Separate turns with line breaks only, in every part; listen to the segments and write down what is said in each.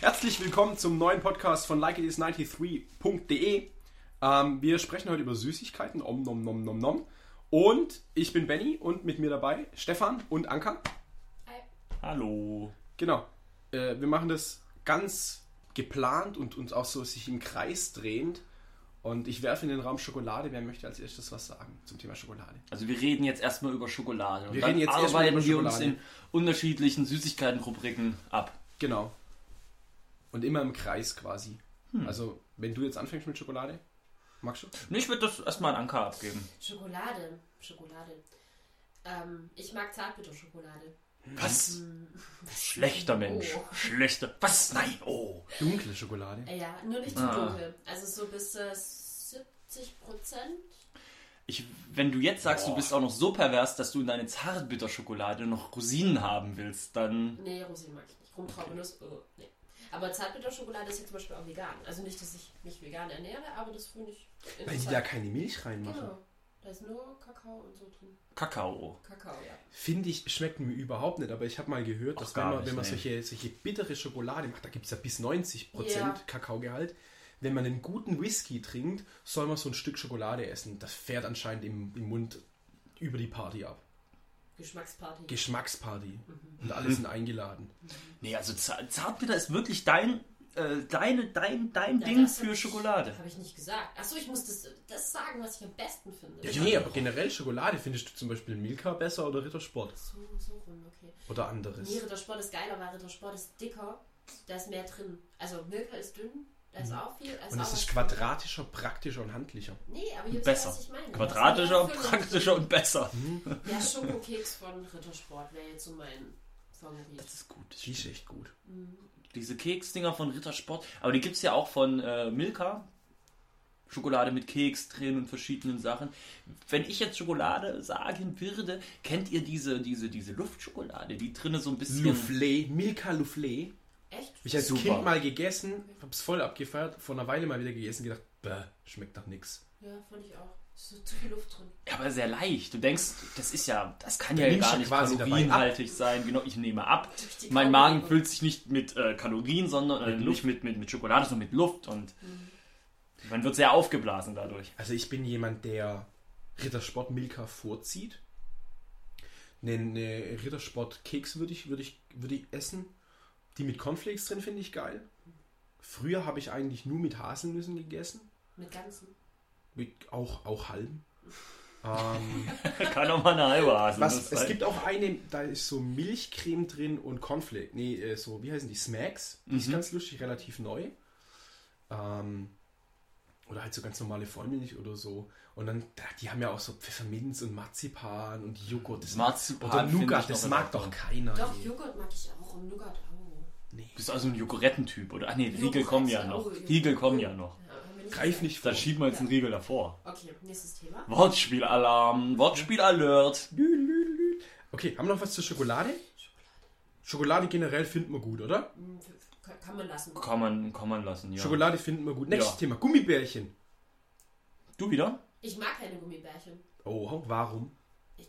Herzlich willkommen zum neuen Podcast von likeitis93.de. Ähm, wir sprechen heute über Süßigkeiten. Om nom nom nom nom. Und ich bin Benny und mit mir dabei Stefan und Anka.
Hallo.
Genau. Äh, wir machen das ganz geplant und uns auch so sich im Kreis drehend. Und ich werfe in den Raum Schokolade. Wer möchte als erstes was sagen zum Thema Schokolade?
Also wir reden jetzt erstmal über Schokolade. Und
Wir
dann
reden jetzt erstmal
arbeiten
über
wir uns
Schokolade.
in unterschiedlichen Süßigkeitenrubriken ab.
Genau. Und immer im Kreis quasi. Also, wenn du jetzt anfängst mit Schokolade, magst du?
Und ich würde das erstmal an Anka abgeben.
Schokolade. Schokolade. Ähm, ich mag Zartbitterschokolade.
Was? Schlechter Mensch.
Oh.
Schlechter. Was? Nein. Oh.
Dunkle Schokolade.
Äh, Ja, nur nicht zu
Ah.
dunkel. Also so bis äh, 70 Prozent.
Ich, wenn du jetzt sagst,
Boah.
du bist auch noch so pervers, dass du in deine Zartbitterschokolade noch Rosinen haben willst, dann...
Nee, Rosinen mag ich nicht. Rumtraubenuss, äh, nee. Aber Zartbitterschokolade ist ja zum Beispiel auch vegan. Also nicht, dass ich mich vegan ernähre, aber das finde ich
Weil die
interessant.
da keine Milch reinmachen.
genau. Da ist nur Kakao und so drin.
Kakao.
Kakao, ja.
Finde ich, schmeckt mir überhaupt nicht, aber ich habe mal gehört,
Auch
dass wenn
gar
man,
nicht,
wenn man
nee.
solche, solche bittere Schokolade macht, da gibt es ja bis 90%
Ja.
Kakaogehalt, wenn man einen guten Whisky trinkt, soll man so ein Stück Schokolade essen. Das fährt anscheinend im, im Mund über die Party ab.
Geschmacksparty.
Geschmacksparty.
Mhm.
Und alle sind eingeladen.
Nee, also Zar- Zartbitter ist wirklich dein... Äh, deine, dein, dein
Ja,
Ding
das hab
für
ich-
Schokolade.
Habe ich nicht gesagt. Achso, ich muss das, das sagen, was ich am besten finde.
Ja, nee, aber generell Schokolade findest du zum Beispiel Milka besser oder Rittersport
So, so rum, okay.
oder anderes.
Nee, Rittersport ist geiler, weil Rittersport ist dicker, da ist mehr drin. Also Milka ist dünn, da ist auch viel. Da
Mhm. Und es
auch
ist
was-
quadratischer, praktischer und handlicher.
Nee, aber ihr wisst, ja,
Besser.
was ich meine.
Quadratischer,
Das ist mehr Füllung
praktischer und besser.
drin. Der Schokokeks von Rittersport wäre jetzt so mein Favorit.
Das ist gut.
Die ist echt gut.
Diese Keksdinger von Rittersport. Aber die gibt es ja auch von äh, Milka. Schokolade mit Keks drin und verschiedenen Sachen. Wenn ich jetzt Schokolade sagen würde, kennt ihr diese, diese, diese Luftschokolade, die drinnen so ein bisschen.
Soufflé, Milka Soufflé.
Echt?
Ich als
Super.
Kind mal gegessen, hab's voll abgefeiert, vor einer Weile mal wieder gegessen, gedacht, bäh, schmeckt nach nix.
Ja, fand ich auch. Ist so zu viel Luft drin.
Ja, aber sehr leicht. Du denkst, das ist ja, das kann ja
nimmst
gar
ja
nicht
quasi dabei ab.
kalorienhaltig sein. Genau, ich nehme ab.
Durch die
Mein
Kalorien.
Magen füllt sich nicht mit äh, Kalorien, sondern äh, nicht mit, mit, mit Schokolade, sondern mit Luft und
Mhm.
man wird sehr aufgeblasen dadurch.
Also ich bin jemand, der Rittersport Milka vorzieht. Eine, eine Rittersport Keks würde ich, würde ich, würde ich essen. Die mit Cornflakes drin finde ich geil. Früher habe ich eigentlich nur mit Haselnüssen gegessen.
Mit ganzen.
Mit auch, auch halben. Ähm,
kann auch mal eine halbe Haselnuss
was, es
sein.
gibt auch eine, da ist so Milchcreme drin und Cornflake. Nee, äh, so, wie heißen die? Smacks. Die
Mhm.
ist ganz lustig, relativ neu. Ähm, oder halt so ganz normale Vollmilch oder so. Und dann, da- die haben ja auch so Pfefferminz und Marzipan und Joghurt. Das
Marzipan
oder
finde
Nougat,
ich noch
das
in
mag
Ordnung.
doch keiner.
Doch,
je.
Joghurt mag ich auch und Nougat auch.
nee.
Bist also ein Jogorettentyp, oder? Ah nee, Riegel
Joghurt
kommen
ist
ja
auch
noch.
Joghurt.
Riegel kommen ja noch.
Ja, haben wir nicht
Greif
gesagt.
nicht vor.
Dann schieben wir jetzt einen Riegel davor.
Okay, nächstes Thema.
Wortspielalarm, Wortspiel-Alert.
Okay, haben wir noch was zur Schokolade? Schokolade generell finden wir gut, oder?
Hm, kann- Kann man lassen.
Kann man, kann man lassen, ja.
Schokolade finden wir gut. Nächstes
Ja.
Thema, Gummibärchen.
Du wieder?
Ich mag keine Gummibärchen.
Oh, warum?
Ich,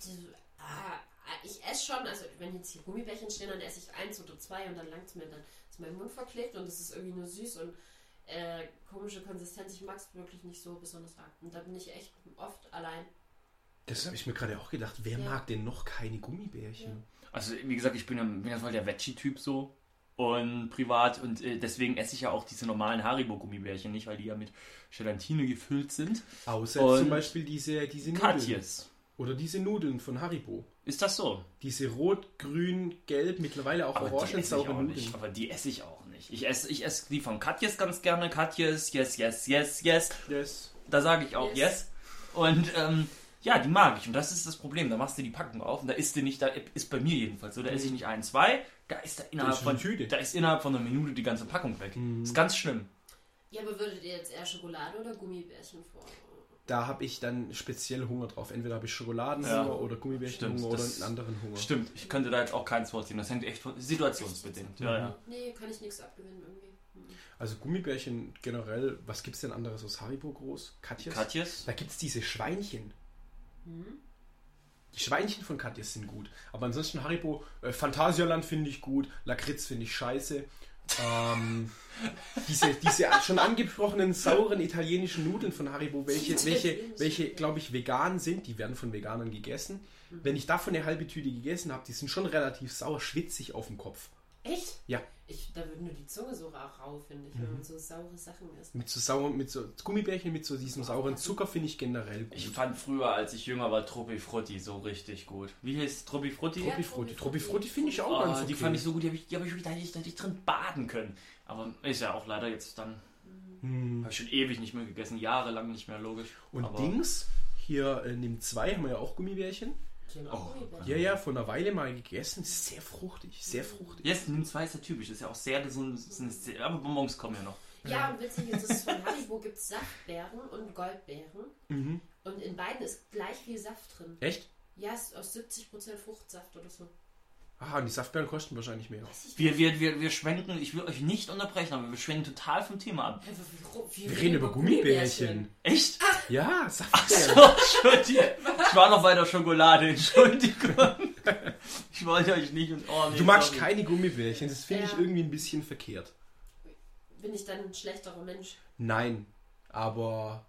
ah, ich esse schon, also wenn jetzt hier Gummibärchen stehen, dann esse ich eins oder zwei und dann langt es mir, dann ist mein Mund verklebt und es ist irgendwie nur süß und äh, komische Konsistenz. Ich mag es wirklich nicht so besonders arg. Und da bin ich echt oft allein.
Das habe ich mir gerade auch gedacht. Wer
Ja.
mag denn noch keine Gummibärchen?
Also, wie gesagt, ich bin ja, bin ja voll der Veggie-Typ so. Und privat. Und äh, deswegen esse ich ja auch diese normalen Haribo-Gummibärchen nicht, weil die ja mit Gelatine gefüllt sind.
Außer
Und-
zum Beispiel diese, diese Nudeln.
Katjes.
Oder diese Nudeln von Haribo.
Ist das so?
Diese rot, grün, gelb, mittlerweile auch
Aber die
orangen
esse ich
saure
auch nicht.
Nudeln.
Aber die esse ich auch nicht. Ich esse, ich esse die von Katjes ganz gerne. Katjes, yes, yes, yes, yes.
Yes.
Da sage ich auch yes.
Yes.
Und ähm, ja, die mag ich. Und das ist das Problem. Da machst du die Packung auf und da isst du nicht, da ist bei mir jedenfalls so, da esse ich nicht ein, zwei, da ist da innerhalb,
ist
von,
eine Tüte.
Da ist innerhalb von einer Minute die ganze Packung weg. Ist ganz schlimm.
Ja, aber würdet ihr jetzt eher Schokolade oder Gummibärchen vor?
Da habe ich dann speziell Hunger drauf. Entweder habe ich Schokoladenhunger
Ja.
oder Gummibärchenhunger
Stimmt,
oder
das-
einen anderen Hunger.
Stimmt, ich könnte da jetzt auch keins vorziehen. Das hängt echt von situationsbedingt. Ja, ja.
Nee, kann ich nichts abgewinnen irgendwie. Hm.
Also Gummibärchen generell, was gibt's denn anderes aus Haribo groß? Katjes?
Katjes?
Da gibt es diese Schweinchen.
Hm?
Die Schweinchen von Katjes sind gut. Aber ansonsten Haribo, äh, Phantasialand finde ich gut, Lakritz finde ich scheiße, Ähm, diese, diese schon angebrochenen sauren italienischen Nudeln von Haribo, welche, welche, welche glaube ich, vegan sind, die werden von Veganern gegessen.
Mhm.
Wenn ich davon eine halbe Tüte gegessen habe, die sind schon relativ sauer, schwitzig auf dem Kopf.
Echt?
Ja.
Ich, da wird nur die Zunge so ra- rau, finde ich, wenn man so saure Sachen isst.
Mit so sauer, mit so Gummibärchen, mit so diesem sauren Zucker finde ich generell gut.
Ich fand früher, als ich jünger war, Truppi Frutti so richtig gut. Wie hieß Truppi Frutti?
Ja.
Truppi Frutti. Truppi Frutti finde ich auch
Ah,
ganz okay.
Die fand ich so gut, die habe ich, die hab ich wieder nicht, da hätte ich drin baden können. Aber ist ja auch leider jetzt dann.
Hm.
Habe ich schon ewig nicht mehr gegessen, jahrelang nicht mehr, logisch.
Und
aber,
Dings, hier in dem 2 haben wir ja auch Gummibärchen.
Die haben auch Gummibärchen.
Ja, ja, vor einer Weile mal gegessen. Sehr fruchtig, sehr fruchtig.
Yes, nimm zwei ist ja typisch, ist ja auch sehr gesund. Ist eine sehr, aber Bonbons kommen ja noch.
Ja, und witzig ist es, von Haribo gibt es Saftbeeren und Goldbeeren.
Mhm.
Und in beiden ist gleich viel Saft drin.
Echt?
Ja, es ist aus 70% Fruchtsaft oder so.
Ah, und die Saftbeeren kosten wahrscheinlich mehr.
Weiß ich
Wir, wir, wir, wir schwenken, ich will euch nicht unterbrechen, aber wir schwenken total vom Thema ab.
nicht. Wir,
Wir reden über Gummibärchen.
Echt?
Ja, Saftbeeren.
So, Entschuldigung. Ich war noch bei der Schokolade, Entschuldigung. Ich wollte euch nicht und oh, nee,
Du magst
sorry.
keine Gummibärchen, das finde ich
Ja.
irgendwie ein bisschen verkehrt.
Bin ich dann ein schlechterer Mensch?
Nein, aber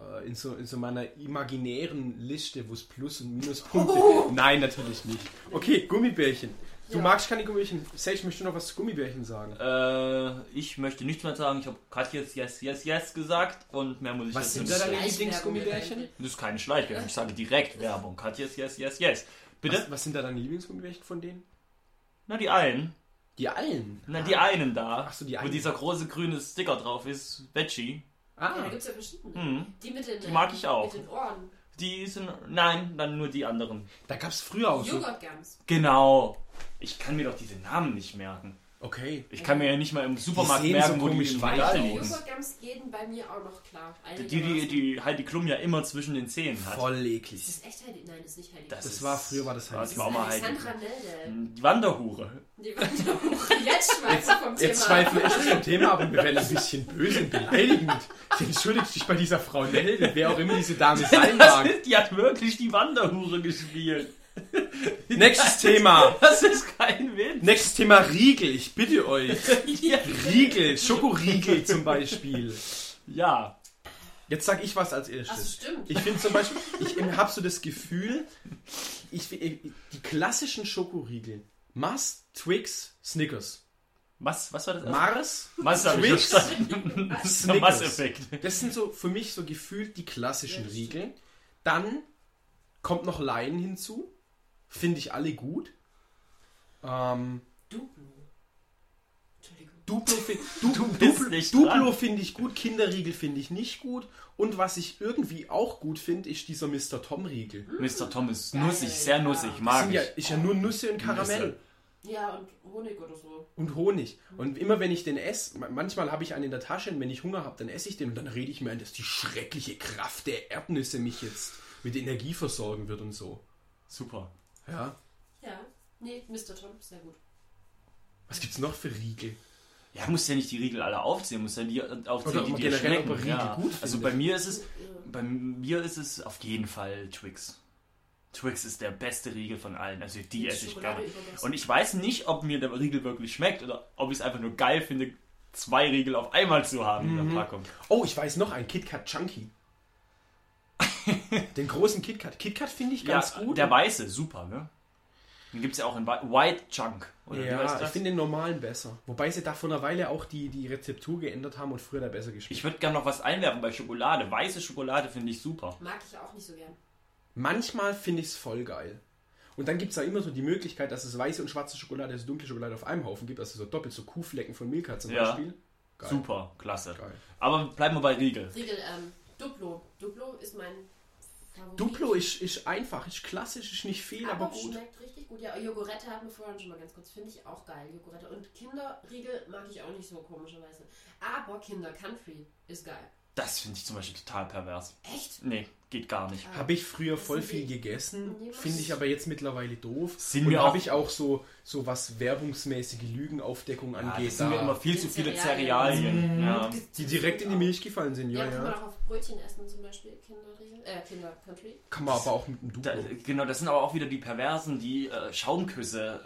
äh, in, so, in so meiner imaginären Liste, wo es Plus- und Minuspunkte Nein, natürlich nicht. Okay, Gummibärchen. Du
Ja.
magst keine Gummibärchen. Sage, möchtest du noch was zu Gummibärchen sagen?
Äh, ich möchte nichts mehr sagen. Ich habe gerade jetzt yes, yes, yes gesagt und mehr muss ich
Was sind
jetzt
da
nicht
deine
sagen.
Schleichwerbung
Lieblingsgummibärchen?
Das ist keine Schleichwerbung. Ich sage direkt Werbung. Cut yes, yes, yes, yes. Bitte?
Was, was sind da deine Lieblingsgummibärchen von denen?
Na, die einen.
Die allen.
Na, die einen da.
Ach so, die
Wo
einen.
dieser große grüne Sticker drauf ist. Veggie.
Ja, da
Ah,
gibt es ja verschiedene.
Mhm.
Die mit den, äh,
Die mag ich auch.
Mit den Ohren.
Die sind. Nein, dann nur die anderen.
da gab es früher auch so.
Joghurtgums.
Genau. Ich kann mir doch diese Namen nicht merken.
Okay.
Ich kann mir ja nicht mal im Supermarkt
sehen so
merken, wo die
komisch
im
weich
Regal
aus.
liegen.
Joghurtgums Also, gehen bei mir auch noch klar.
Die, die, die Heidi Klum ja immer zwischen den Zähnen hat.
Voll
Das
eklig.
ist echt Heidi. Nein, das ist nicht Heidi.
Das war früher, war das halt Heidi Hm.
Das
Klum.
war mal Heidi
Alexandra Nelde.
Klum. Die Wanderhure.
Die Wanderung. Jetzt schweifen vom Thema.
Jetzt schweifen wir echt vom Thema ab und wir werden ein bisschen böse und beleidigend. Entschuldigt dich bei dieser Frau Nelde, wer auch immer diese Dame sein
Das
mag.
ist, die hat wirklich die Wanderhure gespielt.
Nächstes Thema.
Das ist kein Witz.
Nächstes Thema Riegel, ich bitte euch.
Ja.
Riegel, Schokoriegel zum Beispiel.
ja.
Jetzt sag ich was als
Ach,
erstes.
stimmt.
Ich finde zum Beispiel, ich habe so das Gefühl, ich, ich, die klassischen Schokoriegel. Mars, Twix, Snickers.
Was, was war das?
Mars,
Mass habe ich
Twix,
verstanden. Das ist der
Snickers.
Mass Effect.
Das sind so für mich so gefühlt die klassischen
Ja, das stimmt.
Riegel. Dann kommt noch Laien hinzu. Finde ich alle gut. Ähm,
Duplo. Entschuldigung.
Duplo, fi- du,
Du bist
Duplo,
nicht
Duplo
dran.
finde ich gut, Kinderriegel finde ich nicht gut. Und was ich irgendwie auch gut finde, ist dieser Mr. Tom Riegel.
Mr. Tom ist
Geil,
nussig, sehr
ja.
nussig,
Das
mag
sind
ich.
ja, ist ja nur Nüsse und Karamell
Nüsse.
Ja, und Honig oder so.
und Honig. Und immer wenn ich den esse, ma- manchmal habe ich einen in der Tasche und wenn ich Hunger habe, dann esse ich den und dann rede ich mir ein, dass die schreckliche Kraft der Erdnüsse mich jetzt mit Energie versorgen wird und so.
Super.
Ja.
Ja. Nee, Mr. Tom, sehr gut.
Was gibt's noch für Riegel?
Ja, musst ja nicht die Riegel alle aufzählen, musst ja die aufzählen,
Oder
die
ob
dir
generell, ob
schmecken.
er Riegel
ja.
gut
also
findet.
bei mir ist es, bei mir ist es auf jeden Fall Twix. Twix ist der beste Riegel von allen, also die
Mit
esse ich
Schokolade
gerne.
übergossen.
Und ich weiß nicht, ob mir der Riegel wirklich schmeckt oder ob ich es einfach nur geil finde, zwei Riegel auf einmal zu haben in der Packung.
Oh, ich weiß noch einen KitKat Chunky. den großen KitKat. KitKat finde ich ganz
ja,
gut.
Der weiße, super, ne? Den gibt es ja auch in Wei- White Chunk. Oder wie heißt
Ja, ich
das?
finde den normalen besser. Wobei sie da vor einer Weile auch die, die Rezeptur geändert haben und früher da besser geschmeckt.
Ich würde gerne noch was einwerfen bei Schokolade. Weiße Schokolade finde ich super.
Mag ich auch nicht so gern.
Manchmal finde ich es voll geil. Und dann gibt es da immer so die Möglichkeit, dass es weiße und schwarze Schokolade, also dunkle Schokolade auf einem Haufen gibt, also so doppelt so Kuhflecken von Milka zum
Ja.
Beispiel. Geil.
Super, klasse.
Geil.
Aber bleiben wir bei Riegel.
Riegel, ähm, Duplo. Duplo ist mein Favorit.
Duplo ist, ist einfach, ist klassisch, ist nicht viel, aber,
Oh, aber
gut.
schmeckt richtig gut. Ja, Jogurette hatten wir vorhin schon mal ganz kurz. Finde ich auch geil, Jogurette. Und Kinderriegel mag ich auch nicht so komischerweise. Aber Kinder Country ist geil.
Das finde ich zum Beispiel total pervers.
Echt?
Nee, geht gar nicht.
Habe ich früher
Das
voll
sind
viel
die-
gegessen,
Nee, was-
finde ich aber jetzt mittlerweile doof.
Sind
und
mir
habe
auch-
ich auch so, so was werbungsmäßige Lügenaufdeckung
Ja,
angeht,
das sind mir
da, Mhm.
immer viel zu viele Cerealien.
Cerealien.
Ja.
die direkt in die Milch gefallen sind.
Ja, genau.
Ja,
kann
ja.
man auch auf Brötchen essen, zum Beispiel Kinderriegel, äh, Kindercountry.
Kann man aber auch mit dem
Da,
Duplo.
genau, das sind aber auch wieder die Perversen, die äh, Schaumküsse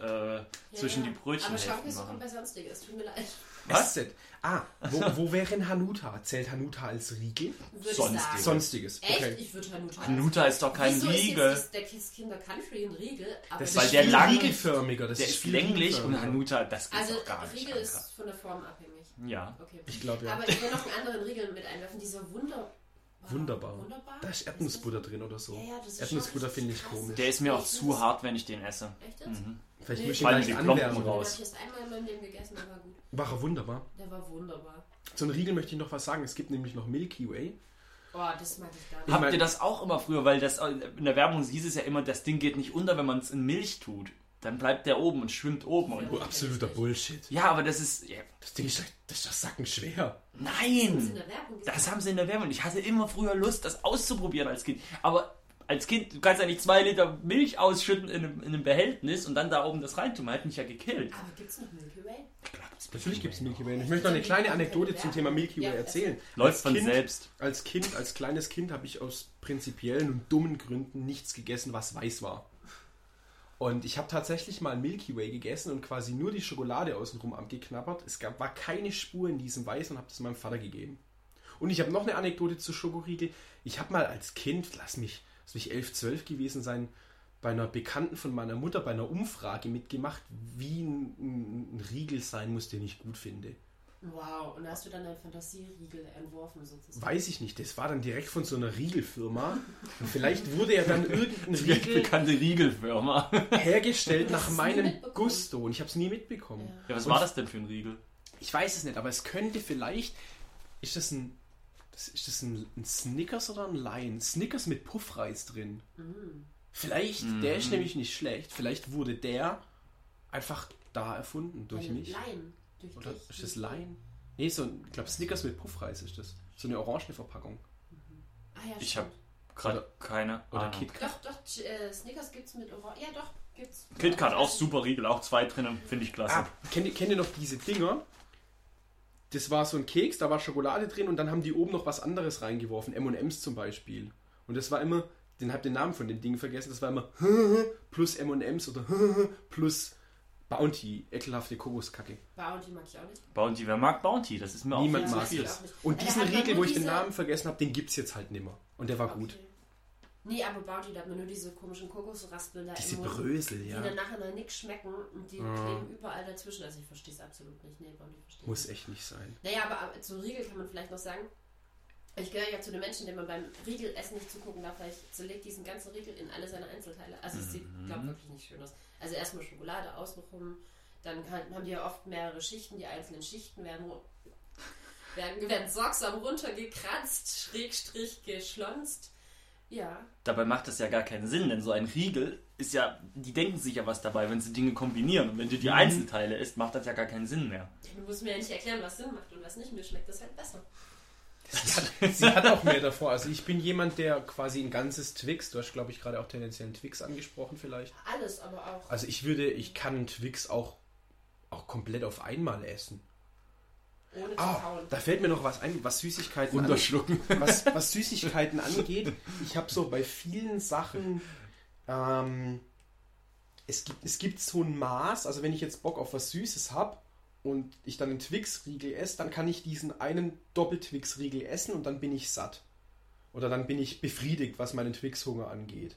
äh,
Ja,
zwischen
ja.
die Brötchen
Aber Schaumküsse kommt
machen.
bei sonstiges, es tut mir leid.
Was?
Esset. Ah, wo, wo wäre denn Hanuta? Zählt Hanuta als Riegel?
Würde ich
Sonstiges.
sagen.
Sonstiges.
Echt?
Okay.
Ich würde Hanuta essen.
Hanuta ist doch kein
Wieso
Riegel.
Ist jetzt der Kiss Kinder Country ein Riegel? Aber
Das
Weil
ist
der
viel
lang-
riegelförmiger. Das
Der ist
ist viel
länglich und
riegelförmiger.
Hanuta, das geht
Also,
doch gar nicht.
Riegel
Alter.
ist von der Form abhängig.
Ja.
Okay.
Ich glaube ja.
Aber ich will noch einen anderen Riegel mit einwerfen. Dieser Wunder...
Wunderbar.
Wunderbar?
Da ist Erdnussbutter drin oder so.
Ja, ja, das ist
Erdnussbutter
schon
finde ich
krass.
komisch.
Der ist mir auch
Ich
zu
muss-
hart, wenn ich den esse.
Echt jetzt?
Mhm.
Vielleicht
Nee.
muss ich ihn
Vor allem
leicht
die Klumpen
anwärmen.
Den
raus.
War
habe ich erst einmal in meinem Leben gegessen, aber gut.
er wunderbar.
Der war wunderbar.
Zu einem Riegel möchte ich noch was sagen. Es gibt nämlich noch Milky Way.
Oh, das mag ich gar nicht.
Ich
Habt
mein-
ihr das auch immer früher? Weil das äh, in der Werbung hieß es ja immer, das Ding geht nicht unter, wenn man es in Milch tut. Dann bleibt der oben und schwimmt oben. Und
Oh, absoluter Bullshit.
ja, aber das ist. Ja,
Das Ding ist, das ist doch sackenschwer.
Das ist in
nein!
der Werbung gesehen.
Das haben sie in der Werbung. Ich hatte immer früher Lust, das auszuprobieren als Kind. Aber als Kind, du kannst ja nicht zwei Liter Milch ausschütten in einem, in einem Behältnis und dann da oben das reintun. Man hat mich ja gekillt.
Aber gibt's noch Milky Way?
Natürlich gibt es Milky Way. Und Ich möchte noch eine kleine Anekdote zum Thema Milky Way
Ja,
erzählen.
Läuft
Als
von
Kind-
selbst.
Als Kind, als kleines Kind habe ich aus prinzipiellen und dummen Gründen nichts gegessen, was weiß war. Und ich habe tatsächlich mal Milky Way gegessen und quasi nur die Schokolade außenrum angeknabbert. Es gab, war keine Spur in diesem Weiß und habe das meinem Vater gegeben. Und ich habe noch eine Anekdote zu Schokoriegel. Ich habe mal als Kind, lass mich, lass mich 11, 12 gewesen sein, bei einer Bekannten von meiner Mutter bei einer Umfrage mitgemacht, wie ein, ein, ein Riegel sein muss, den ich gut finde.
Wow, und da hast du dann deinen Fantasieriegel entworfen sozusagen.
Weiß ich nicht, das war dann direkt von so einer Riegelfirma. Und vielleicht wurde ja dann irgendein Riegel
Bekannte Riegelfirma.
hergestellt
Das
nach
nie
meinem
mitbekommen.
Gusto und ich habe es nie mitbekommen.
Ja.
Ja, was war das denn für ein Riegel?
Ich weiß es nicht, aber es könnte vielleicht. Ist das ein. Das, ist das ein, ein Snickers oder ein Lion? Snickers mit Puffreis drin.
Mhm.
Vielleicht, der ist nämlich nicht schlecht. Vielleicht wurde der einfach da erfunden durch
Deine
mich.
Laien. Durch
Oder
dich.
ist das Lion? Nee, so ein, ich glaube Snickers mit Puffreis ist das. So eine orangene Verpackung.
Ah, ja,
Ich
stimmt.
habe gerade
Oder-
keine
Oder
Ahnung.
Kit
Doch, doch, äh, Snickers gibt's mit Orange. Ja, doch, gibt's. Äh,
KitKat, auch super Riegel, auch zwei drinnen, finde ich klasse.
Ah, kennt, ihr- kennt ihr noch diese Dinger? Das war so ein Keks, da war Schokolade drin und dann haben die oben noch was anderes reingeworfen, M&M's zum Beispiel. Und das war immer, den hab den Namen von dem Ding vergessen, das war immer plus M&M's oder plus Bounty, ekelhafte Kokoskacke.
Bounty mag ich auch nicht.
Bounty, wer mag Bounty? Das ist mir auch
Niemand
Ja,
viel
mag
zu
das
viel.
ist
das.
auch nicht.
Und
Ja,
diesen
da hat man
Riegel, wo
nur
ich den
diese-
Namen vergessen habe, den gibt's jetzt halt nimmer. Und der war gut.
Okay. Nee, aber Bounty, da hat man nur diese komischen Kokosraspeln da
Diese
im Mund,
Brösel,
die
ja.
dann nachher dann nix schmecken und
Ah.
die kleben überall dazwischen. Also ich verstehe es absolut nicht. Nee, Bounty verstehe ich
Muss echt nicht sein.
Naja, aber zum Riegel kann man vielleicht noch sagen. Ich gehöre ja zu den Menschen, denen man beim Riegelessen nicht zugucken darf, weil ich zerlege diesen ganzen Riegel in alle seine Einzelteile. Also es sieht,
Mhm.
glaube ich, wirklich nicht schön aus. Also erstmal Schokolade außenrum, dann kann, haben die ja oft mehrere Schichten, die einzelnen Schichten werden, ru- werden, werden sorgsam runtergekratzt, schrägstrich geschlonzt. Ja,
Dabei macht das ja gar keinen Sinn, denn so ein Riegel ist ja, die denken sich ja was dabei, wenn sie Dinge kombinieren. Und wenn du die Einzelteile isst, macht das ja gar keinen Sinn mehr.
du musst mir ja nicht erklären, was Sinn macht und was nicht. Mir schmeckt das halt besser.
Sie hat auch mehr davor. Also ich bin jemand, der quasi ein ganzes Twix, du hast glaube ich gerade auch tendenziell einen Twix angesprochen vielleicht.
Alles aber auch.
Also ich würde, ich kann Twix auch, auch komplett auf einmal essen.
Ohne zu
Ah,
kauen.
da fällt mir noch was ein, was Süßigkeiten an- was, was Süßigkeiten angeht. Ich habe so bei vielen Sachen, ähm, es, gibt, es gibt so ein Maß, also wenn ich jetzt Bock auf was Süßes habe und ich dann einen Twix-Riegel esse, dann kann ich diesen einen Doppel-Twix-Riegel essen und dann bin ich satt. Oder dann bin ich befriedigt, was meinen Twix-Hunger angeht.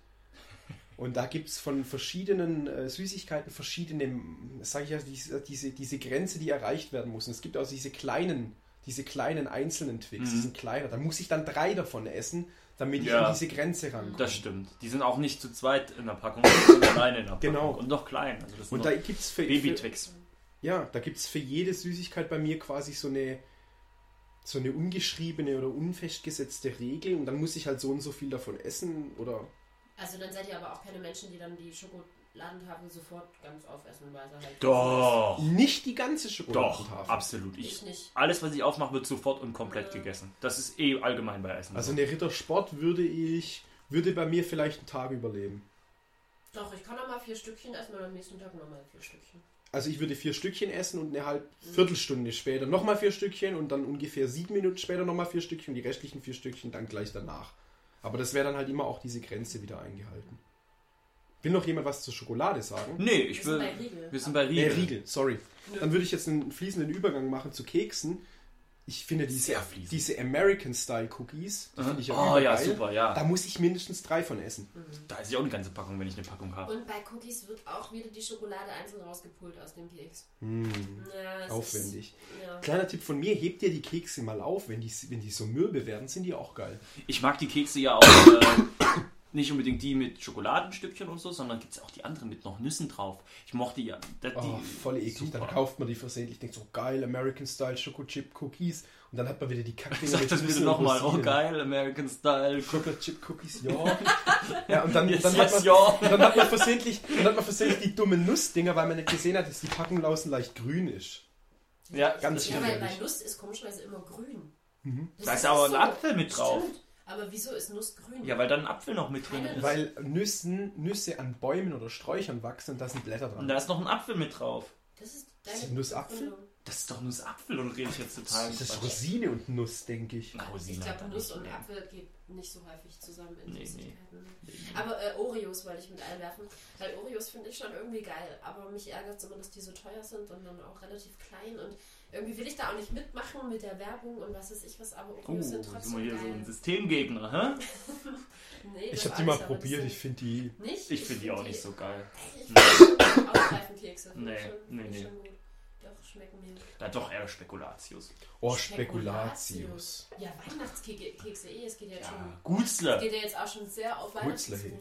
Und da gibt es von verschiedenen äh, Süßigkeiten verschiedene, sage ich ja, diese, diese, diese Grenze, die erreicht werden muss. Und es gibt auch diese kleinen, diese kleinen einzelnen Twix, die sind kleiner. Da muss ich dann drei davon essen, damit ich
Mhm. Ja.
an diese Grenze rankomme.
Das stimmt. Die sind auch nicht zu zweit in der Packung, sondern alleine in der Packung.
Genau.
Und noch klein. Also das sind
Und da
noch
gibt es für, für,
Baby-Twix.
ja, da gibt's für jede Süßigkeit bei mir quasi so eine, so eine ungeschriebene oder unfestgesetzte Regel. Und dann muss ich halt so und so viel davon essen. Oder
Also dann seid ihr aber auch keine Menschen, die dann die Schoko Ladentafel sofort ganz aufessen, weil sie halt.
Doch.
Nicht die ganze
Doch,
Schokoladentafel. Also
absolut.
Ich
Ich,
nicht.
alles, was ich aufmache, wird sofort und komplett gegessen. Das ist eh allgemein bei Essen.
Also eine Rittersport würde ich, würde bei mir vielleicht einen Tag überleben.
Doch, ich kann noch mal vier Stückchen essen und am nächsten Tag nochmal vier Stückchen.
Also ich würde vier Stückchen essen und eine halbe Viertelstunde später nochmal vier Stückchen und dann ungefähr sieben Minuten später nochmal vier Stückchen und die restlichen vier Stückchen dann gleich danach. Aber das wäre dann halt immer auch diese Grenze wieder eingehalten. Will noch jemand was zur Schokolade sagen?
nee, ich
Wir sind
will.
bei Riegel.
Wir sind bei
Äh,
Riegel.
Riegel, sorry.
Nö.
Dann würde ich jetzt einen fließenden Übergang machen zu Keksen. Ich finde diese,
Sehr fließend.
diese American-Style-Cookies, die finde ich auch
Oh ja,
geil.
super, ja.
Da muss ich mindestens drei von essen.
Da esse ich auch eine ganze Packung, wenn ich eine Packung habe.
Und bei Cookies wird auch wieder die Schokolade einzeln rausgepult aus dem Keks.
Hm.
Ja, es
Aufwendig.
Ist, ja.
Kleiner Tipp von mir, hebt dir die Kekse mal auf, wenn die, wenn die so mürbe werden, sind die auch geil.
Ich mag die Kekse ja auch äh, nicht unbedingt die mit Schokoladenstückchen und so, sondern gibt es auch die anderen mit noch Nüssen drauf. Ich mochte ja. Da, die,
Oh, voll eklig.
Super.
Dann kauft man die versehentlich, denkt so geil, American Style Schoko Chip Cookies und dann hat man wieder die Kackdinger
Sag das bitte
Nüssen und
nochmal. Oh
Rosinen.
geil, American Style.
Schoko Chip Cookies, ja. ja, und dann,
Yes,
dann,
yes,
hat man,
ja.
dann hat man versehentlich, dann hat man versehentlich die dummen Nussdinger, weil man nicht gesehen hat, dass die Packung außen leicht grün ist.
Ja,
Ganz
das-
ja, weil bei
Ehrlich.
Nuss ist komischerweise immer grün.
Da ist aber ein Apfel mit drauf.
Stimmt. Aber wieso ist Nuss grün?
Ja, weil dann ein Apfel noch mit drin ist.
Weil Nüssen, Nüsse an Bäumen oder Sträuchern wachsen und da sind Blätter
Und
dran.
da ist noch ein Apfel mit drauf.
das ist
Ist
deine
die Nuss Apfel?
Begründung.
Das ist doch nur das Apfel, oder rede ich jetzt total?
Das ist Rosine und Nuss, denke ich.
Na, Rosinen
Ich
hat da
glaube, Nuss
nicht
und
mehr.
Apfel geht nicht so häufig zusammen in
Nee, nee.
Süßigkeiten. Aber äh, Oreos wollte ich mit einwerfen, weil Oreos finde ich schon irgendwie geil. Aber mich ärgert es immer, dass die so teuer sind und dann auch relativ klein. Und irgendwie will ich da auch nicht mitmachen mit der Werbung und was weiß ich was. Aber Oreos
Oh,
sind
sind wir
trotzdem
hier so
geil.
ein Systemgegner, hä?
nee, das
Ich habe die
weiß
mal
aber, das
probiert,
sind-
ich finde die.
Nicht?
Ich finde die auch nicht so geil.
Ich finde Ausreifenkekse.
Nee,
Nee, schon,
nee,
nee,
nee.
Schon gut. Doch, schmecken mir.
Na doch, eher Spekulatius.
Oh,
Spekulatius.
Spekulatius.
Ja, Weihnachtskekse eh, es geht ja, schon.
Ja, Gutzle.
Geht ja jetzt auch schon sehr auf
Gutzler,
Weihnachten.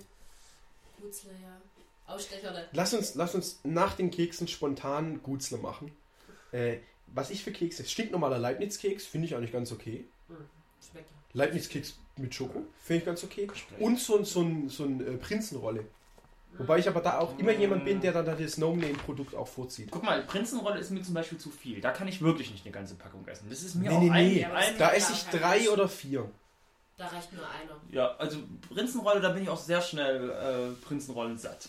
zu. Gutzler, ja. Ausstecher, oder?
Lass uns, lass uns nach den Keksen spontan Gutzler machen. Äh, was ich für Kekse? Stinknormaler Leibniz-Keks finde ich eigentlich ganz okay.
Hm, Schmeckt ja.
Leibniz-Keks mit Schoko finde ich ganz okay.
Gespräch.
Und so, ein- so ein, so ein äh, Prinzenrolle. Wobei ich aber da auch immer jemand bin, der dann das No-Name-Produkt auch vorzieht.
Guck mal, Prinzenrolle ist mir zum Beispiel zu viel. Da kann ich wirklich nicht eine ganze Packung essen. Das ist mir
Nee,
auch
nee,
ein,
nee.
ein
Da esse ich drei oder vier.
Da reicht nur einer.
Ja, also Prinzenrolle, da bin ich auch sehr schnell äh, Prinzenrollen satt.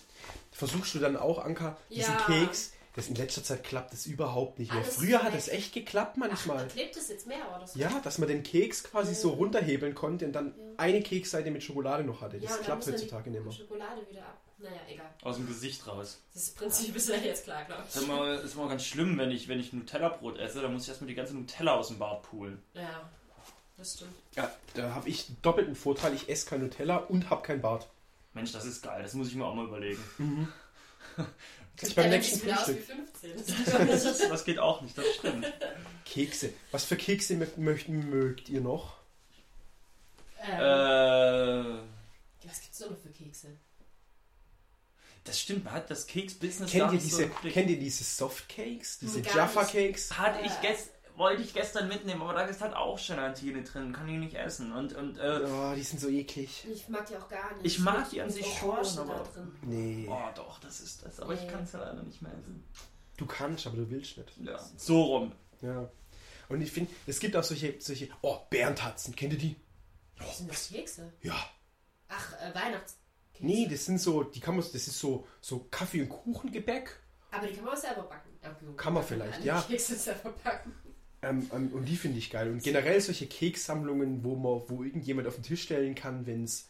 Versuchst du dann auch, Anka, diesen
Ja.
Keks? Das in letzter Zeit klappt das überhaupt nicht mehr.
Alles
Früher hat
weg.
das echt geklappt
Ach,
manchmal.
da klebt es jetzt mehr, oder so?
Ja, dass man den Keks quasi so runterhebeln konnte und dann
Ja.
eine Keksseite mit Schokolade noch hatte. Das
und dann
klappt
muss man
heutzutage
die
nicht mehr.
Schokolade wieder ab. Naja, egal.
Aus dem Gesicht raus.
Das Prinzip ist ja jetzt klar, glaube
Das ist immer, ist immer ganz schlimm, wenn ich, wenn ich Nutella-Brot esse, dann muss ich erstmal die ganze Nutella aus dem Bart pulen.
ich. Ja, das stimmt.
Ja, da habe ich einen doppelten Vorteil. Ich esse kein Nutella und habe keinen Bart.
Mensch, das ist geil, das muss ich mir auch mal überlegen.
Gleich beim
Ja, dann
nächsten
sieht's wieder aus wie
Frühstück.
15. Das geht doch nicht.
Das, das geht auch nicht, das stimmt.
Kekse. Was für Kekse mö- möchten, mögt ihr noch?
ähm,
äh,
was gibt's denn noch für Kekse?
das stimmt, man hat das Keks-Business
Kennt
gar
ihr,
nicht
diese,
im Blick.
kennt ihr diese Softcakes? Diese
Gar
Jaffa-Cakes?
Hatte ich gest wollte ich gestern mitnehmen, aber da ist halt auch Gelatine drin, kann ich nicht essen. Und, und äh,
Oh, die sind so eklig.
Ich mag die auch gar nicht.
Ich mag die an
Und
sich
Orangen
schon,
da
aber-
drin.
Nee.
oh doch, das ist das. Aber ich
Nee.
kann es ja leider nicht mehr essen.
Du kannst, aber du willst nicht.
Ja. So rum.
Ja. Und ich finde, es gibt auch solche, solche, oh, Bärentatzen. Kennt ihr die?
Was sind das Kekse?
Ja.
Ach, äh, Weihnachtskekse.
Nee, das sind so, die kann man, das ist so, so Kaffee- und Kuchengebäck.
Aber die kann man auch selber backen. Ja, gut.
Kann man vielleicht,
alle
ja.
Kekse selber backen.
Ähm, ähm, und die finde ich geil. Und generell solche Kekssammlungen, wo man, wo irgendjemand auf den Tisch stellen kann, wenn es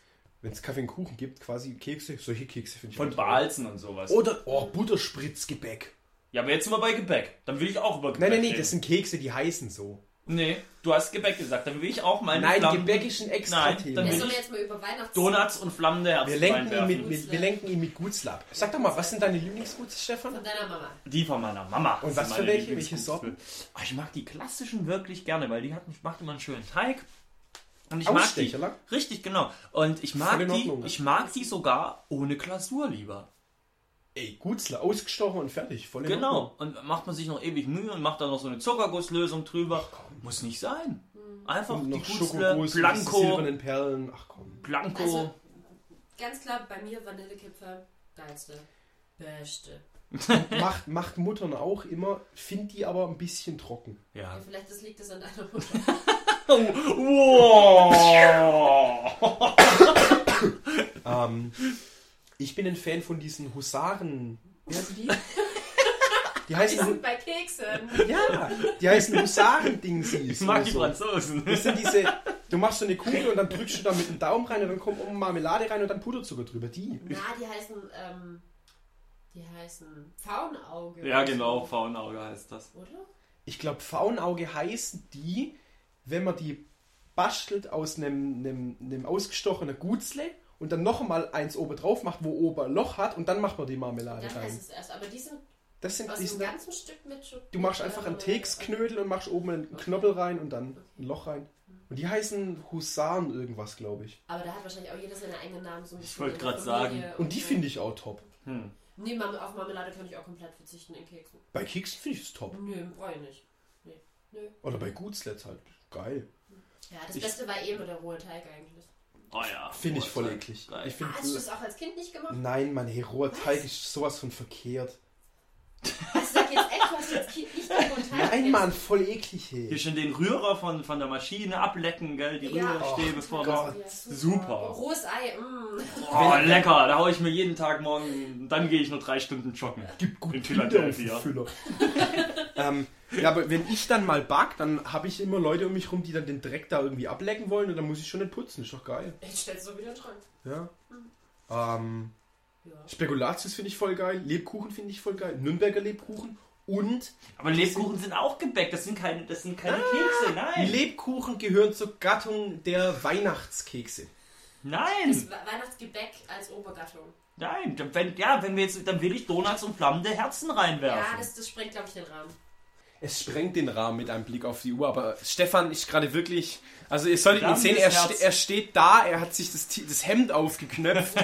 Kaffee und Kuchen gibt, quasi Kekse, solche Kekse finde ich
Von
auch toll.
Balzen und sowas.
Oder, oh, Butterspritzgebäck.
Ja, aber jetzt sind wir bei Gebäck. Dann will ich auch über Gebäck.
Nein, nein, nein,
reden.
das sind Kekse, die heißen so.
Nee, du hast Gebäck gesagt. Dann will ich auch meine
Nein,
Flammen-
Gebäck ist ein extra
Nein,
Thema.
dann
Wir
will
sollen
ich-
jetzt mal über Weihnachts...
Donuts und flammende Herzen
Wir lenken, ihn mit,
reinwerfen.
mit, wir lenken ihn mit Gutzler ab. Sag doch mal, was sind deine Lieblingsguts, Stefan?
Von deiner Mama.
Die von meiner Mama.
Und
sind
was für
meine
welche?
Lieblings-
Welche Sorten?
Oh, ich mag die klassischen wirklich gerne, weil die hat, macht immer einen schönen Teig. Und ich
Ausstecher,
mag
ne?
die. Richtig, genau. Und ich mag
Voll in
die,
Ordnung. ne?
ich mag die sogar ohne Glasur lieber.
Ey, Gutzler, ausgestochen und fertig. Voll in Ordnung.
Genau. Und macht man sich noch ewig Mühe und macht da noch so eine Zuckergusslösung drüber. Muss nicht sein. Einfach
Und
die
noch
Gussle,
Schokoguss, mit
Blanco,
silbernen Perlen. Ach komm.
Blanco.
Also, ganz klar, bei mir Vanillekipferl, geilste. Beste.
Macht, macht Muttern auch immer, find die aber ein bisschen trocken.
Ja.
Vielleicht das liegt es an deiner Mutter.
Wow.
Ähm, ich bin ein Fan von diesen Husaren. Wie heißen die? Die
Die
heißen,
sind bei Keksen.
ja, die heißen Husaren-Dingsies.
Ich mag
oder
die
so.
Franzosen.
Das sind diese, du machst so eine Kugel und dann drückst du da mit dem Daumen rein und dann kommt oben Marmelade rein und dann Puderzucker drüber. Die.
Na, die heißen, ähm, die heißen Pfauenauge.
Ja, genau. Faunauge heißt das.
Oder?
Ich glaube, Pfauenauge heißen die, wenn man die bastelt aus einem, einem, einem ausgestochenen Gutzle und dann nochmal eins oben drauf macht, wo oben ein Loch hat und dann macht man die Marmelade
Dann heißt
rein.
es erst. Aber die sind
Das sind,
aus
die
dem
sind
ganzen Stück mit Schu
Du machst einfach einen Textknödel und machst oben einen Knobbel rein und dann ein Loch rein. Und die heißen Husaren irgendwas, glaube ich.
Aber da hat wahrscheinlich auch jeder seinen eigenen Namen. So ein bisschen
wollte
in der
grad
Familie
sagen.
Und die
so.
finde ich auch top.
Hm.
Nee, Mam- auf Marmelade kann ich auch komplett verzichten in Keksen.
Bei Keksen finde ich es top.
Nö, brauche ich nicht. Nee. Nö.
Oder bei Gutsletz halt. Geil.
Ja, das
Ich-
Beste war eh nur der rohe Teig eigentlich.
Oh ja.
Finde ich voll
Geil.
eklig.
Geil.
Ich
Ah, hast du das
finde
auch als Kind nicht gemacht?
Nein, mein roher Teig ist sowas von verkehrt.
Also sag jetzt echt, was als Kind nicht den rohen Teig
Nein,
gegessen?
Mann, voll eklig.
Hier
Hey.
schon den Rührer von, von der Maschine ablecken, gell? Die
Ja.
Rührerstäbe
Oh
vor
Gott.
Super.
Rohes Ei, mm.
Oh, lecker. Da hau ich mir jeden Tag morgen. Dann gehe ich nur drei Stunden joggen.
Gibt gut
In
Bilder auf den
Philadelphia.
Füller. ähm, ja, aber wenn ich dann mal back, dann habe ich immer Leute um mich rum, die dann den Dreck da irgendwie ablecken wollen und dann muss ich schon nicht putzen. Ist doch geil.
Jetzt stellst du wieder dran.
Ja. Ähm,
Ja.
Spekulatius finde ich voll geil, Lebkuchen finde ich voll geil, Nürnberger Lebkuchen und
Aber Lebkuchen sind auch Gebäck. Das sind keine, das sind
Ah.
keine Kekse. Nein.
Lebkuchen gehören zur Gattung der Weihnachtskekse.
Nein.
Das We- Weihnachtsgebäck als Obergattung.
Nein. Dann- Wenn, ja, wenn wir jetzt, dann will ich Donuts und flammende Herzen
Ja,
reinwerfen.
das, das sprengt, glaube ich, den Rahmen.
Es sprengt den Rahmen mit einem Blick auf die Uhr, aber Stefan ist gerade wirklich, also ihr solltet ihn sehen, er,
Flammendes Herz.
ste er steht da, er hat sich das, T- das Hemd aufgeknöpft,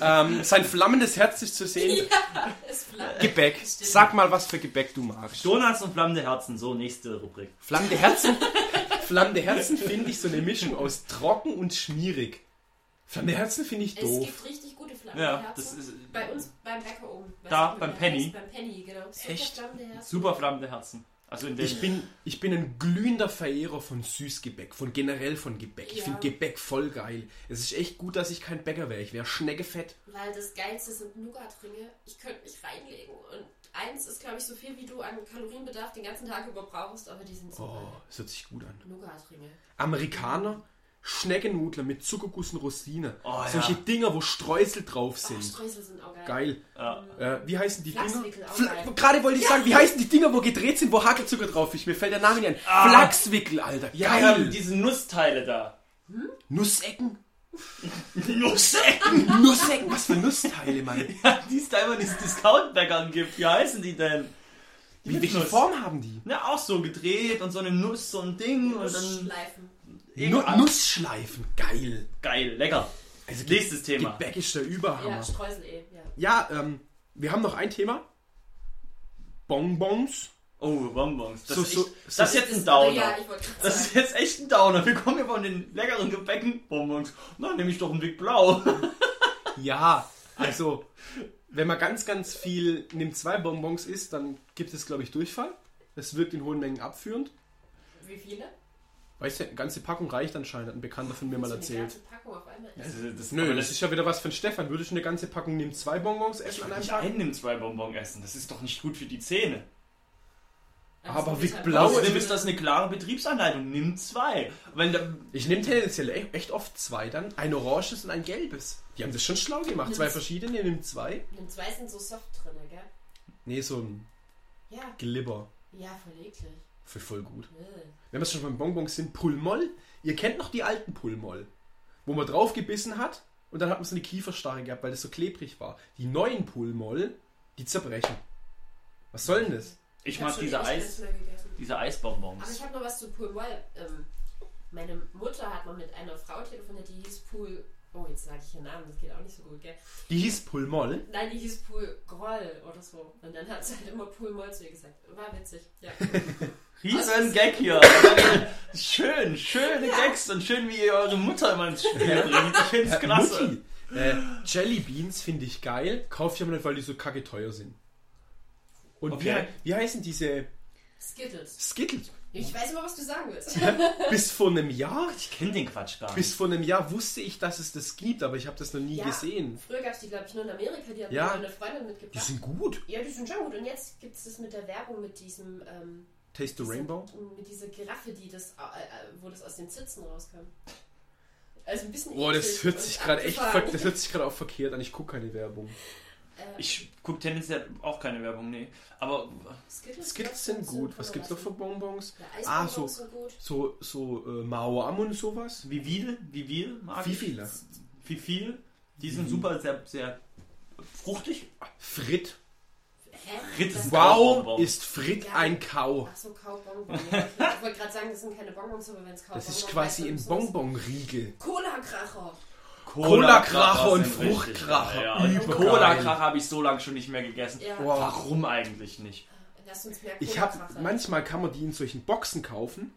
ähm, sein flammendes Herz ist zu sehen.
Es
Äh,
flammt.
Gebäck, sag mal, was für Gebäck du magst.
Donuts und flammende Herzen. So, nächste Rubrik.
Flammende Herzen, flammende Herzen finde ich so eine Mischung aus trocken und schmierig. Flammende Herzen finde ich
Es
doof.
gibt richtig gute Flammenherzen.
Ja, das ist
äh,
bei uns beim Bäcker oben. Weißt
Da,
du, wie
beim
der
Penny.
heißt? Beim Penny, genau. Super
Echt?
flammende Herzen.
super flammende Herzen. Also in dem
Ich bin, ich bin ein glühender Verehrer von Süßgebäck, von generell von Gebäck. Ich
Ja.
finde Gebäck voll geil. Es ist echt gut, dass ich kein Bäcker wäre. Ich wäre Schneckefett.
Weil das Geilste sind Nougat-Ringe. Ich könnte mich reinlegen. Und eins ist, glaube ich, so viel, wie du an Kalorienbedarf den ganzen Tag über brauchst. Aber die sind so
Oh,
geil.
das hört sich gut an.
Nougat-Ringe.
Amerikaner, Schneckennudler mit Zuckerguss und Rosine.
Oh,
Solche
ja.
Dinger, wo Streusel drauf
Oh,
sind.
Streusel sind auch geil.
geil.
Ja.
Äh, wie heißen die Dinger?
Flachswickel auch
Fla-
geil.
Gerade wollte ich sagen, wie heißen die Dinger, wo gedreht sind, wo Hagelzucker drauf ist? Mir fällt der Name nicht ein. Flachswickel, Alter.
Ah. Ja,
Geil.
diese Nussteile da.
Nussecken?
Nussecken!
Nussecken? Was für Nussteile, Mann.
die es da immer in diesen Discount-Bäckern gibt. Wie heißen die denn? Die
Wie,
mit
welche
Nuss.
Form haben die?
Na, auch so gedreht und so eine Nuss, so ein Ding und dann.
Schleifen.
Nu
Egal.
Nussschleifen, geil.
Geil, lecker.
Also Ge-
Nächstes Thema.
Gebäck ist der Überhammer.
Ja, Streusel eh. Ja.
Ja, ähm, wir haben noch ein Thema. Bonbons.
Oh, Bonbons. Das,
So,
ist
so-
echt,
so-
das ist jetzt ein
Aber
Downer.
Also Ja, ich wollte gerade
das
sagen.
ist jetzt echt ein Downer. Wir kommen hier von den leckeren Gebäcken. Bonbons. Na, nehme ich doch einen Weg Blau.
Ja, also, wenn man ganz, ganz viel nimmt, zwei Bonbons isst, dann gibt es, glaube ich, Durchfall. Das wirkt in hohen Mengen abführend.
Wie viele?
Weißt du, eine ganze Packung reicht anscheinend, hat ein Bekannter von mir mal
So eine
erzählt.
ganze Packung auf einmal.
Das, ist- das,
Nö,
aber
das ist ja wieder was von Stefan. Würdest du eine ganze Packung nehmen, zwei Bonbons essen an einem
nicht
Tag?
einen nimm zwei Bonbon essen. Das ist doch nicht gut für die Zähne.
Aber
Also,
wie
das
blau
Außerdem ist das eine klare Betriebsanleitung. Nimm zwei. Wenn da,
Ich nehme tendenziell e- echt oft zwei dann. Ein oranges und ein gelbes. Die haben das schon schlau gemacht. Zwei verschiedene, ihr nehmt zwei.
In dem zwei sind so soft drin, gell?
Nee, so ein
Ja.
Glibber.
Ja, voll eklig.
Für voll gut.
Äh.
Wenn wir schon beim Bonbons sind, Pulmoll. Ihr kennt noch die alten Pulmoll. Wo man drauf gebissen hat und dann hat man so eine Kieferstarre gehabt, weil das so klebrig war. Die neuen Pulmoll, die zerbrechen. Was soll denn das?
ich
hab
mag
schon
diese,
ewig
Eis,
keins mehr gegessen.
diese
Aber ich
Eisbonbons.
habe noch was zu Pool Royal. Ähm, meine Mutter hat mal mit einer Frau telefoniert, die hieß Pool. Oh, jetzt sage ich ihren Namen, das geht auch nicht so gut, gell?
Die hieß Pulmoll.
Nein, die hieß Pool Groll oder so. Und dann hat sie halt immer Pool Moll zu ihr gesagt. War witzig, ja.
Riesen Gag hier. schön, schöne Gags und schön, wie ihr eure Mutter immer ins Spiel bringt. Ich find's klasse.
Mutti. Äh, Jelly Beans finde ich geil, kaufe ich aber nicht, weil die so kacke teuer sind. Und
Okay.
wie, wie heißen diese
Skittles.
Skittles?
Ich weiß immer, was du sagen willst.
Bis vor einem Jahr,
Ich kenne den Quatsch gar nicht.
bis vor einem Jahr wusste ich, dass es das gibt, aber ich habe das noch nie
Ja.
gesehen.
Früher gab es die, glaube ich, nur in Amerika. Die hat
Ja.
mir meine Freundin
Die
mitgebracht.
sind gut.
ja, die sind schon gut. Und jetzt gibt es das mit der Werbung mit diesem. Ähm,
Taste the
diese-
Rainbow.
Mit dieser Giraffe, die das, äh, äh, wo das aus den Zitzen rauskam. Also ein bisschen.
Boah, das
eklig
hört
und
sich gerade echt, ver-
abgefahren.
das hört sich gerade auch verkehrt an. Ich gucke keine Werbung.
Äh,
Ich gucke tendenziell auch keine Werbung, nee. Aber
Skittles,
Skittles sind gut. Was gibt's noch für
von?
Bonbons?
Ja,
Ah,
ah,
so.
so. sind gut.
So, so äh, Mauam und sowas?
wie viel, wie viel mag
Wie
ich?
viele?
Wie viel? Die sind
Mhm.
super, sehr, sehr fruchtig.
Frit.
Hä?
Ritz
Das-
ist-
Wow,
Kaubonbon.
ist Frit
Ja.
ein Kau.
Ach so, Kaubonbon. Ja. Ich wollte gerade sagen, das sind keine Bonbons, aber wenn es Kaubonbon
Das ist quasi ein Bonbonriegel.
Cola-Kracher.
Cola-Kracher und
sind richtig
Fruchtkracher.
geil, Ja.
Übergeil.
Cola-Kracher habe ich so lange schon nicht mehr gegessen.
Ja.
Wow.
Warum eigentlich nicht?
Lass uns mehr
Ich
Cola-Kracher.
habe manchmal kann man die in solchen Boxen kaufen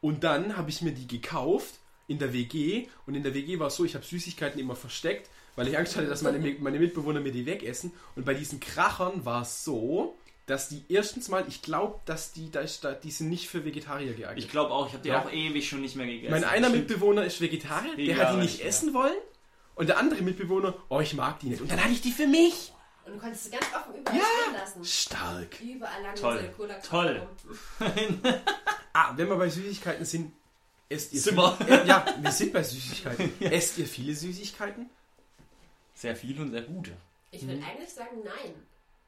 und dann habe ich mir die gekauft in der WG und in der WG war es so, ich habe Süßigkeiten immer versteckt, weil ich Angst hatte, dass meine, meine Mitbewohner mir die wegessen und bei diesen Krachern war es so, dass die erstens mal, ich glaube, dass die da, da die sind nicht für Vegetarier geeignet.
Ich glaube auch, ich habe die
Ja.
auch ewig schon nicht mehr gegessen.
mein einer
Stimmt.
Mitbewohner ist Vegetarier, der
Egal,
hat die nicht
ja.
essen wollen und der andere Mitbewohner, oh, ich mag die nicht und dann hatte ich die für mich.
Und du konntest sie ganz offen überall
Ja.
stehen lassen.
Stark.
Überall lang
Toll.
diese Cola-Kracher.
Toll.
rum.
Ah, wenn wir bei Süßigkeiten sind, esst ihr.
Sind wir?
Äh, ja, wir sind bei Süßigkeiten. Esst ihr viele Süßigkeiten?
Sehr viel und sehr gute.
Ich
Mhm.
will eigentlich sagen, nein.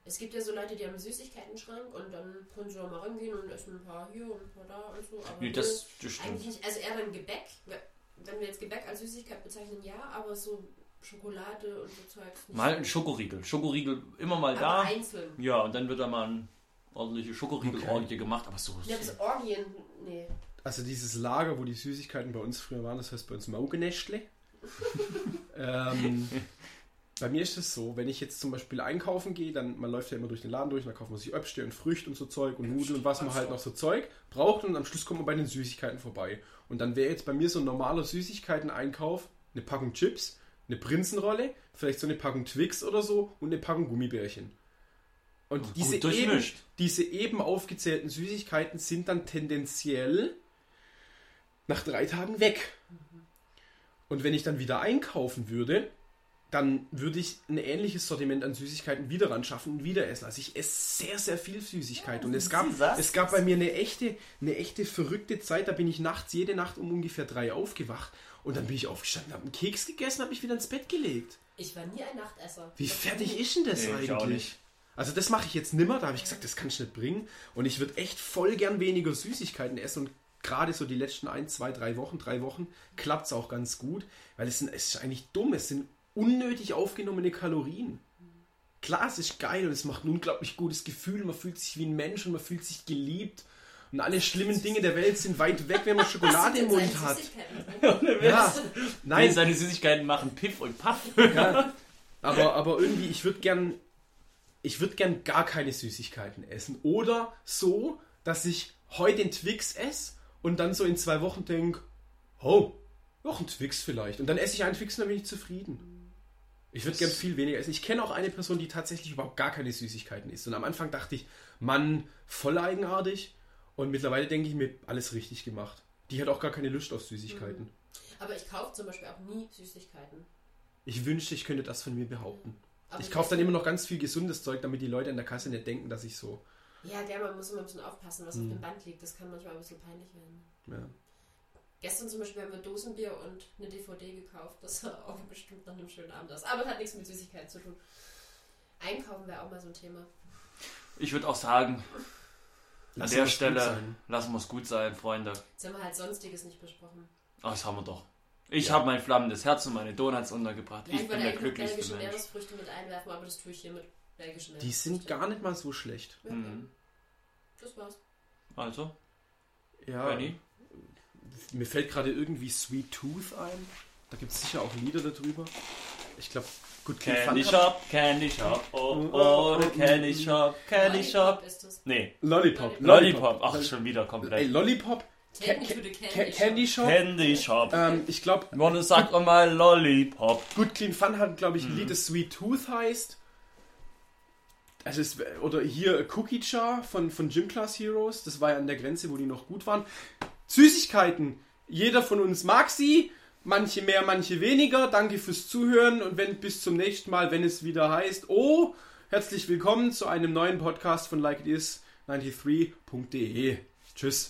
Es gibt ja so Leute, die haben einen Süßigkeiten-Schrank und dann können sie da mal reingehen und essen ein paar hier und ein paar da und so. Aber
Nee, das, das stimmt.
Eigentlich nicht. Also eher dann Gebäck. Wenn wir jetzt Gebäck als Süßigkeit bezeichnen, ja, aber so Schokolade und so Zeugs. nicht.
Mal ein Schokoriegel. Schokoriegel immer mal
aber
da.
einzeln.
Ja, und dann wird da mal ein ordentliche Schokoriegel
Okay.
ordentlich gemacht, aber so.
Ja, bis Orgien. Nee.
Also dieses Lager, wo die Süßigkeiten bei uns früher waren, das heißt bei uns Maugenäschle. ähm, bei mir ist es so, wenn ich jetzt zum Beispiel einkaufen gehe, dann man läuft ja immer durch den Laden durch, und dann kauft man sich Öbste und Früchte und so Zeug und Nudeln und was man halt noch so Zeug braucht und am Schluss kommt man bei den Süßigkeiten vorbei. Und dann wäre jetzt bei mir so ein normaler Süßigkeiten-Einkauf eine Packung Chips, eine Prinzenrolle, vielleicht so eine Packung Twix oder so und eine Packung Gummibärchen. Und
Gut
diese, eben,
durchmischt.
diese eben aufgezählten Süßigkeiten sind dann tendenziell nach drei Tagen weg. Und wenn ich dann wieder einkaufen würde, dann würde ich ein ähnliches Sortiment an Süßigkeiten wieder ran schaffen und wieder essen. Also ich esse sehr, sehr viel Süßigkeit. und es gab,
Sie was?
es gab bei mir eine echte, eine echte verrückte Zeit, da bin ich nachts jede Nacht um ungefähr drei aufgewacht und dann bin ich aufgestanden, habe einen Keks gegessen, habe mich wieder ins Bett gelegt.
Ich war nie ein Nachtesser.
Wie fertig ist denn das
Nee, ich auch
eigentlich?
nicht.
Also das mache ich jetzt nimmer, da habe ich gesagt, das kann ich nicht bringen. Und ich würde echt voll gern weniger Süßigkeiten essen und gerade so die letzten ein, zwei, drei Wochen, drei Wochen klappt es auch ganz gut, weil es, sind, es ist eigentlich dumm, es sind unnötig aufgenommene Kalorien. Klar, es ist geil und es macht ein unglaublich gutes Gefühl, man fühlt sich wie ein Mensch und man fühlt sich geliebt und alle schlimmen Dinge der Welt sind weit weg, wenn man Schokolade im Mund hat. Ja,
Nein,
nein,
seine Süßigkeiten machen Piff und Puff.
ja. Aber, aber irgendwie, ich würde gern, ich würde gern gar keine Süßigkeiten essen. Oder so, dass ich heute den Twix esse und dann so in zwei Wochen denke, oh, noch ein Twix vielleicht. Und dann esse ich einen Twix und dann bin ich zufrieden. Ich würde gern viel weniger essen. Ich kenne auch eine Person, die tatsächlich überhaupt gar keine Süßigkeiten isst. Und am Anfang dachte ich, Mann, voll eigenartig. Und mittlerweile denke ich mir, alles richtig gemacht. Die hat auch gar keine Lust auf Süßigkeiten.
Aber ich kaufe zum Beispiel auch nie Süßigkeiten.
Ich wünschte, ich könnte das von mir behaupten.
Aber
Ich kaufe dann immer noch ganz viel gesundes Zeug, damit die Leute in der Kasse nicht denken, dass ich so.
Ja, der man muss immer ein bisschen aufpassen, was
Mhm.
auf dem Band liegt. Das kann manchmal ein bisschen peinlich werden.
Ja.
Gestern zum Beispiel haben wir Dosenbier und eine DVD gekauft. Das sah auch bestimmt nach einem schönen Abend aus. Aber es hat nichts mit Süßigkeiten zu tun. Einkaufen wäre auch mal so ein Thema.
Ich würde auch sagen,
Lassen
an der
wir's gut
Stelle
sein.
lassen wir es gut sein, Freunde.
Jetzt haben wir halt Sonstiges nicht besprochen.
Ach, das haben wir doch. Ich habe mein flammendes Herz und meine Donuts untergebracht. ich bin der
noch
glücklichste
belgische
Mensch.
Meeresfrüchte mit einwerfen, aber das tue ich hier mit belgischen
Die sind
Meeresfrüchten.
gar nicht mal so schlecht.
Ja,
Mhm.
Das war's.
Also,
Ja.
Benny,
Mir fällt gerade irgendwie Sweet Tooth ein. Da gibt es sicher auch Lieder darüber. Ich glaube, Good Kid
Candy
Fun Cup-
Shop, Candy Shop, oh, oh, the Candy Shop, Candy
Lollipop
Shop.
ist das.
Nee,
Lollipop.
Lollipop. Ach, schon wieder
Ey,
komplett.
Lollipop
Take me to the
Ca-
candy shop.
Candy Shop.
Candy Shop.
Ähm, ich glaube,
Ronne sagt einmal Lollipop.
Good Clean Fun hat, glaube ich, ein Lied, das Sweet Tooth heißt. Also es, oder hier Cookie Jar von, von Gym Class Heroes. Das war ja an der Grenze, wo die noch gut waren. Süßigkeiten. Jeder von uns mag sie. Manche mehr, manche weniger. Danke fürs Zuhören und wenn bis zum nächsten Mal, wenn es wieder heißt, oh, herzlich willkommen zu einem neuen Podcast von Like It Is 93.de. Tschüss.